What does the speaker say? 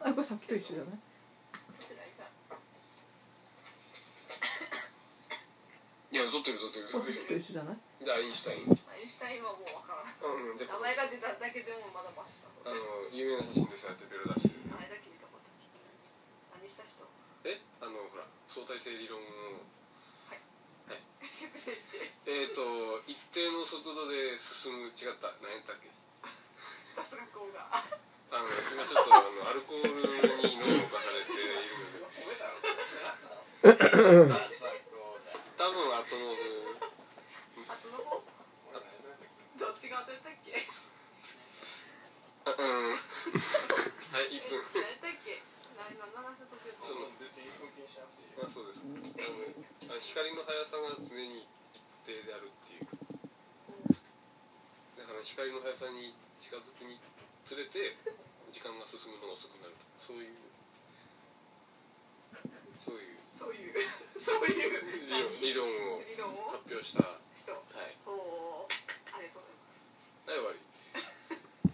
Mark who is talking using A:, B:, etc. A: これさっきと一緒じゃない
B: いや撮ってる撮ってる
A: これさっきと一緒じゃない
B: じゃあインシュタイン
C: まあ、インシュタインはもうわからない。
B: うんじゃ
C: 名前が出ただけでもまだマシだ
B: ああ
C: と。あれ
B: の有名な写真でさやってベロ出してる
C: だけ見たことない。何した人
B: えあのほら相対性理論の
C: 説明して。
B: えっ、ー、と一定の速度で進む違った何やったっけ
C: さすがこうが。あ
B: あの今ちょっとあのアルコールに脳を侵されているので多分後の方
C: との方どっちが当たったっけ
B: あうんはい一分
C: 何やったっけ何の話とせ
B: そのまあそうですあのあ光の速さが常に一定であるっていうだから光の速さに近づくにつれて時間が進むのが遅くなるとそういうそういう
C: そういう。